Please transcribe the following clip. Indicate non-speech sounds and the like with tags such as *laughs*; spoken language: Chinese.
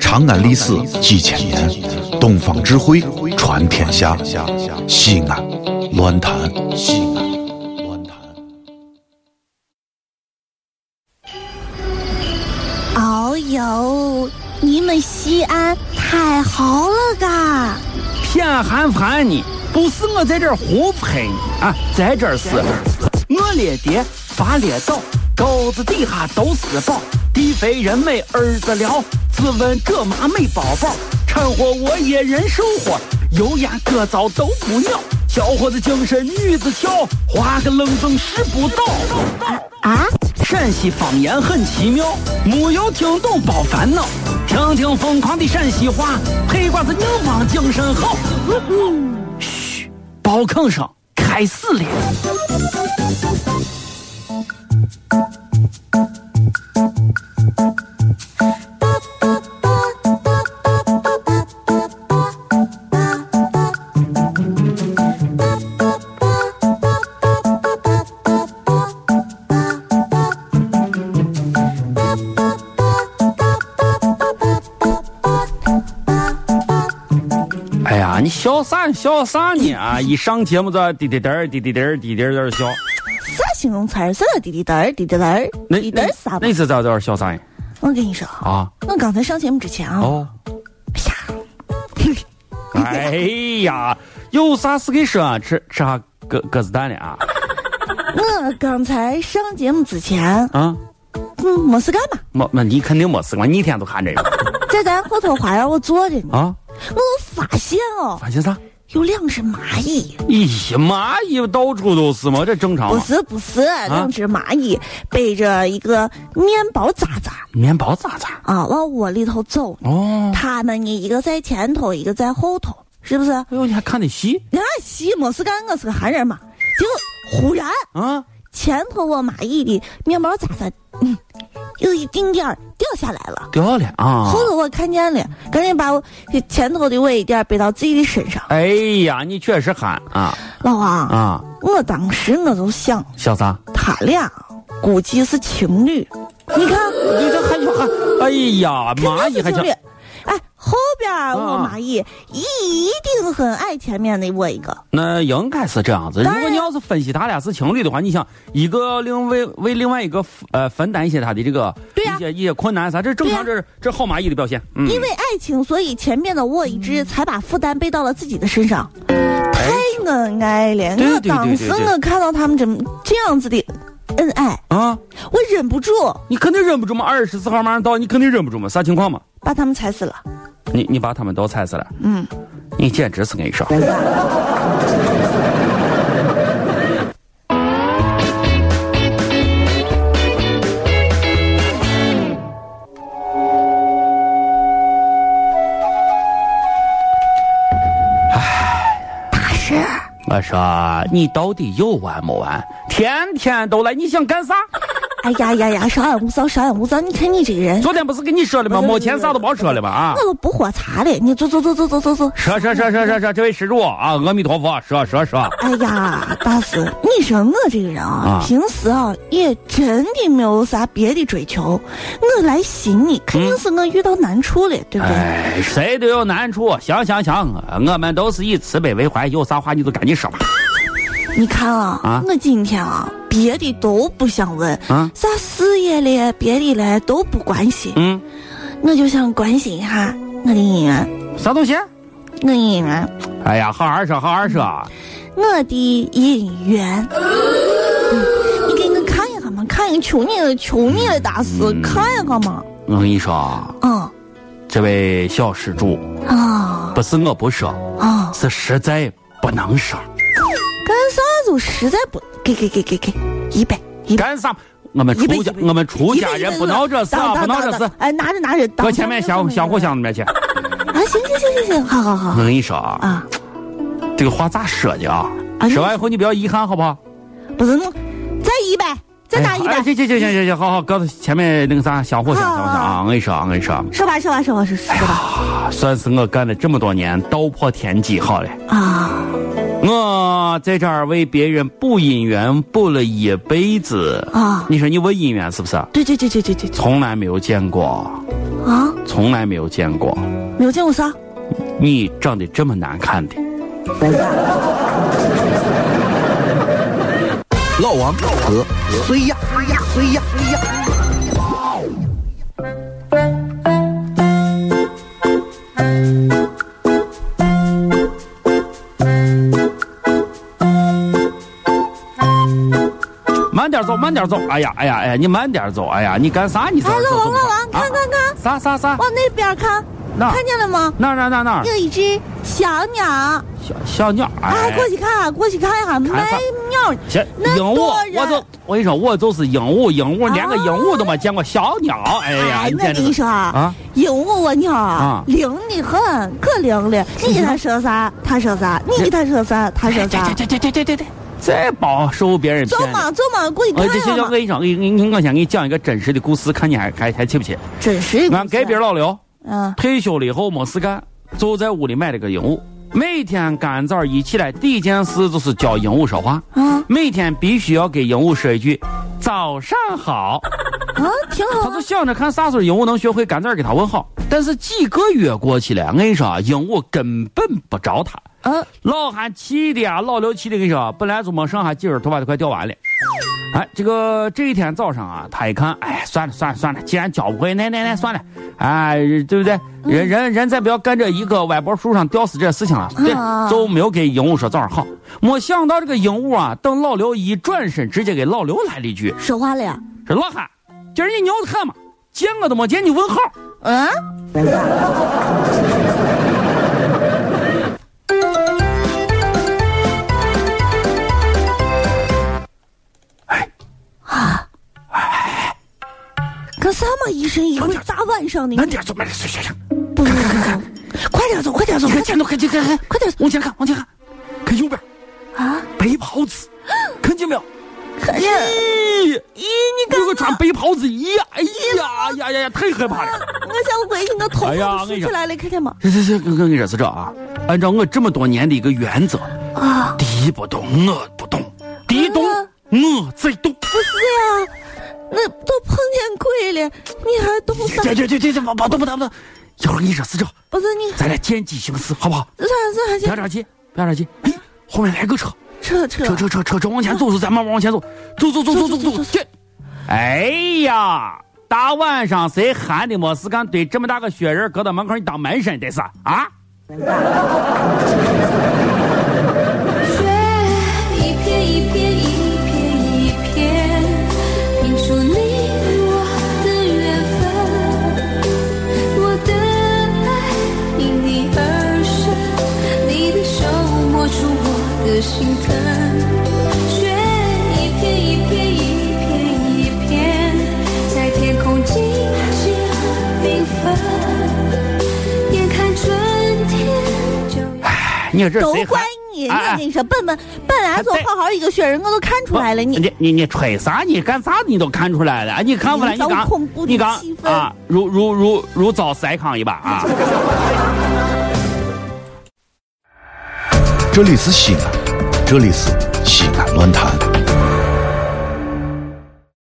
长安历史几千年，东方智慧传天下。西安，乱谈西安，乱谈。哦呦，你们西安太好了嘎！啊偏寒寒你，不是我在这儿胡喷你啊，在这儿是我列爹发列倒，沟子底下都是宝，地肥人美儿子了，自问这妈没宝宝，掺和我也人生活，油盐各糟都不尿，小伙子精神女子俏，花个愣风拾不倒。啊，陕西方言很奇妙，没有听懂别烦恼，听听疯狂的陕西话，黑瓜子硬邦精神好。嘘，包吭声开始了。哎呀，你笑啥？你笑啥呢？啊，一上节目这滴滴滴儿滴滴滴儿滴滴滴儿笑，啥形容词儿？啥叫滴滴答儿滴滴答儿那滴答儿啥吧那？是咋在这笑啥呀？我跟你说，哎啊， *laughs* 我刚才上节目之前啊，哦，哎呀，哎呀，有啥事给说啊？吃吃下鸽鸽子蛋了啊？我刚才上节目之前，啊，嗯，没事干嘛，没没，你肯定没事，我一天都看这个在咱后头花园我坐着呢，啊。我发现哦，发现啥？有两只蚂蚁。咦哎呀，蚂蚁到处都是嘛，这正常不吗？是不是，啊两只蚂蚁背着一个面包渣渣面包渣渣。啊，往窝里头走呢。哦，它们呢，一个在前头，一个在后头，是不是？哎呦，你还看得细人家西没事干，我是个汉人嘛。结果忽然啊？前头我蚂蚁的面包渣渣，嗯，有一丁点儿掉下来了。掉了啊！后头我看见了，赶紧把我前头的尾一点背到自己的身上。哎呀，你确实憨啊老王，啊！我当时我就想，小啥？他俩估计是情侣。你看，你这还有还？哎呀，蚂蚁还情想侣。哎，后边儿我啊蚂蚁一定很爱前面的我一个。那应该是这样子。如当然果你要是分析他俩是情侣的话，你想一个另为为另外一个呃分担一些他的这个对呀一些一些困难啥，这是正常，这对是这是好蚂蚁的表现。嗯，因为爱情，所以前面的我一直才把负担背到了自己的身上。太恩爱了！哎对我对当时对对对我看到他们这么这样子的恩爱，啊，我忍不住你肯定忍不住嘛，二十四号马上到，你肯定忍不住嘛，啥情况嘛？把他们踩死了。你你把他们都踩死了，嗯，你简直是跟你说。大师，我说你到底有完没完？天天都来，你想干啥？哎呀呀呀，少安勿躁，少安勿躁！你看你这个人，昨天不是跟你说了吗？没钱啥都别说了吧啊我！都不喝茶了。你走走走走走走走。说说说说说说，这位施主啊，阿弥陀佛，说说说。哎呀，大师，你说我这个人啊，啊平时啊也真的没有啥别的追求，我来寻你肯定是我遇到难处了，对不对？嗯哎，谁都有难处，行行行，我们都是以慈悲为怀，有啥话你就赶紧说吧。你看啊，啊我今天啊，别的都不想问，啊啥事业嘞、别的嘞都不关心，嗯，我就想关心一下我的姻缘，啥东西？我的姻缘，哎呀，好好说，好好说。我的姻缘。嗯你给我看一下嘛，看一下，求你了，求你了，大师，嗯看一下嘛。我跟你说，嗯这位小施主，啊不是我不说，啊，是实在不能说。干啥就实在不给给给给给一百一百。干啥？我们一百出一家百，我们出一家百一百人不闹这事啊，等不等闹这等事等。哎，拿着拿着，搁当前面小小货箱里面去。啊，行行行行行，好好好我跟你说啊，啊。这个话咋说的啊啊？说完以后你不要遗憾，好不好？不是，再一百，再打一哎百呀哎，行行行行行行，好好，告诉前面那个啥小货箱，小货箱啊！我跟你说，我跟你说，说吧，说吧，说吧，说哎说吧算是我干了这么多年道破天机好了。啊！我在这儿为别人补姻缘补了一辈子啊你说你问姻缘是不是？对对对对对对对，从来没有见过，啊，从来没有见过没有见过啥？你长得这么难看的。老王和谁呀？谁呀？谁呀？谁呀？慢点走，慢点走。哎呀，哎呀，哎呀，你慢点走。哎呀，你干啥？你走哎，老走王，走老王，啊看看看，啥啥啥？往那边看，那看见了吗？那儿那儿那儿那儿有一只小鸟，啊，小小鸟。啊哎，过去看，啊过去看一下，看啥卖鸟。行，那鹦鹉，多我人就我跟你说，我就是鹦鹉，鹦鹉连个啊鹦鹉都没见过，小鸟。哎呀，哎，你我简跟你直是说啊，鹦鹉我鸟啊灵的很，可灵 *laughs* 了。你给它说啥，它说啥；你给它说哎啥，它说啥。对对对对对对，再保受别人走骗了。嘛，走嘛，过去呃，这看看行行，我嘛。跟你讲，我给你我先给你讲一个真实的故事，看你还还还气不气？真是俺隔壁了，老刘嗯，退休了以后没事干，就在屋里买了个鹦鹉，每天干早一起来第一件事就是教鹦鹉说话，啊每天必须要给鹦鹉说一句早上好。啊，挺好他啊就。想着看啥时候鹦鹉能学会，赶早给他问好。但是几个月过去了，我跟你说啊，鹦鹉根本不找他。嗯，老汉气的啊，老刘气的，跟你说啊，本来就没剩下几根头发都快掉完了。哎，这个这一天早上啊，他一看，哎，算了算了算了，既然教不会，那那那算了，哎，对不对？人人人再不要干这一个歪脖树上吊死这事情了，对啊，就没有给鹦鹉说早上好。没想到这个鹦鹉啊，等老刘一转身，直接给老刘来了一句说话了呀？：“说老汉，今儿你牛子看嘛，见我都没见你问好。”嗯，啊干啥嘛？一身一会儿大晚上的，慢点走，慢点走，行行，不不不，快点走，快点走，快点快点走，快点，哎快点，快点往前看，往前看，看右边，啊！白袍子，看见没有？可是，咦，咦，你干有嘛个？穿白袍子，咦呀，哎呀呀呀呀，太害怕了。我想回去，我头哎呀发都我跟竖你起讲来了，看见吗？这这这，我跟你说是这啊，按照我这么多年的一哎个原则，啊，敌不动我不动，敌动嗯我最动。不是呀，那都碰见鬼了，你还动啥？这这这这这，别别动不动不动，一会儿你说是这，不是你，咱俩见机行事，好不好？这这还不要行，着急，不要着急。哎，后面来个车。扯扯车车车车车嗯往前走走，咱慢慢往前走，走走走走走走这。哎呀，大晚上谁闲的没事干，堆这么大个雪人搁到门口，你当门神的是啊？雪一片一片一片一片，拼出你我的缘分。我的爱因你而生，你的手摸出我的心疼。雪一片一片一片一片，在天空尽情缤纷。眼看春天就要。哎你说这都谁怪还你！哎我哎跟你说，本本本来就哎对好好一个雪人，我都看出来了。你你你你吹啥？你干啥？你都看出来了，哎你看出来？你营造刚恐怖的你刚气氛啊，如如如如遭筛糠一般啊！这里是西安，这里是西安乱坛。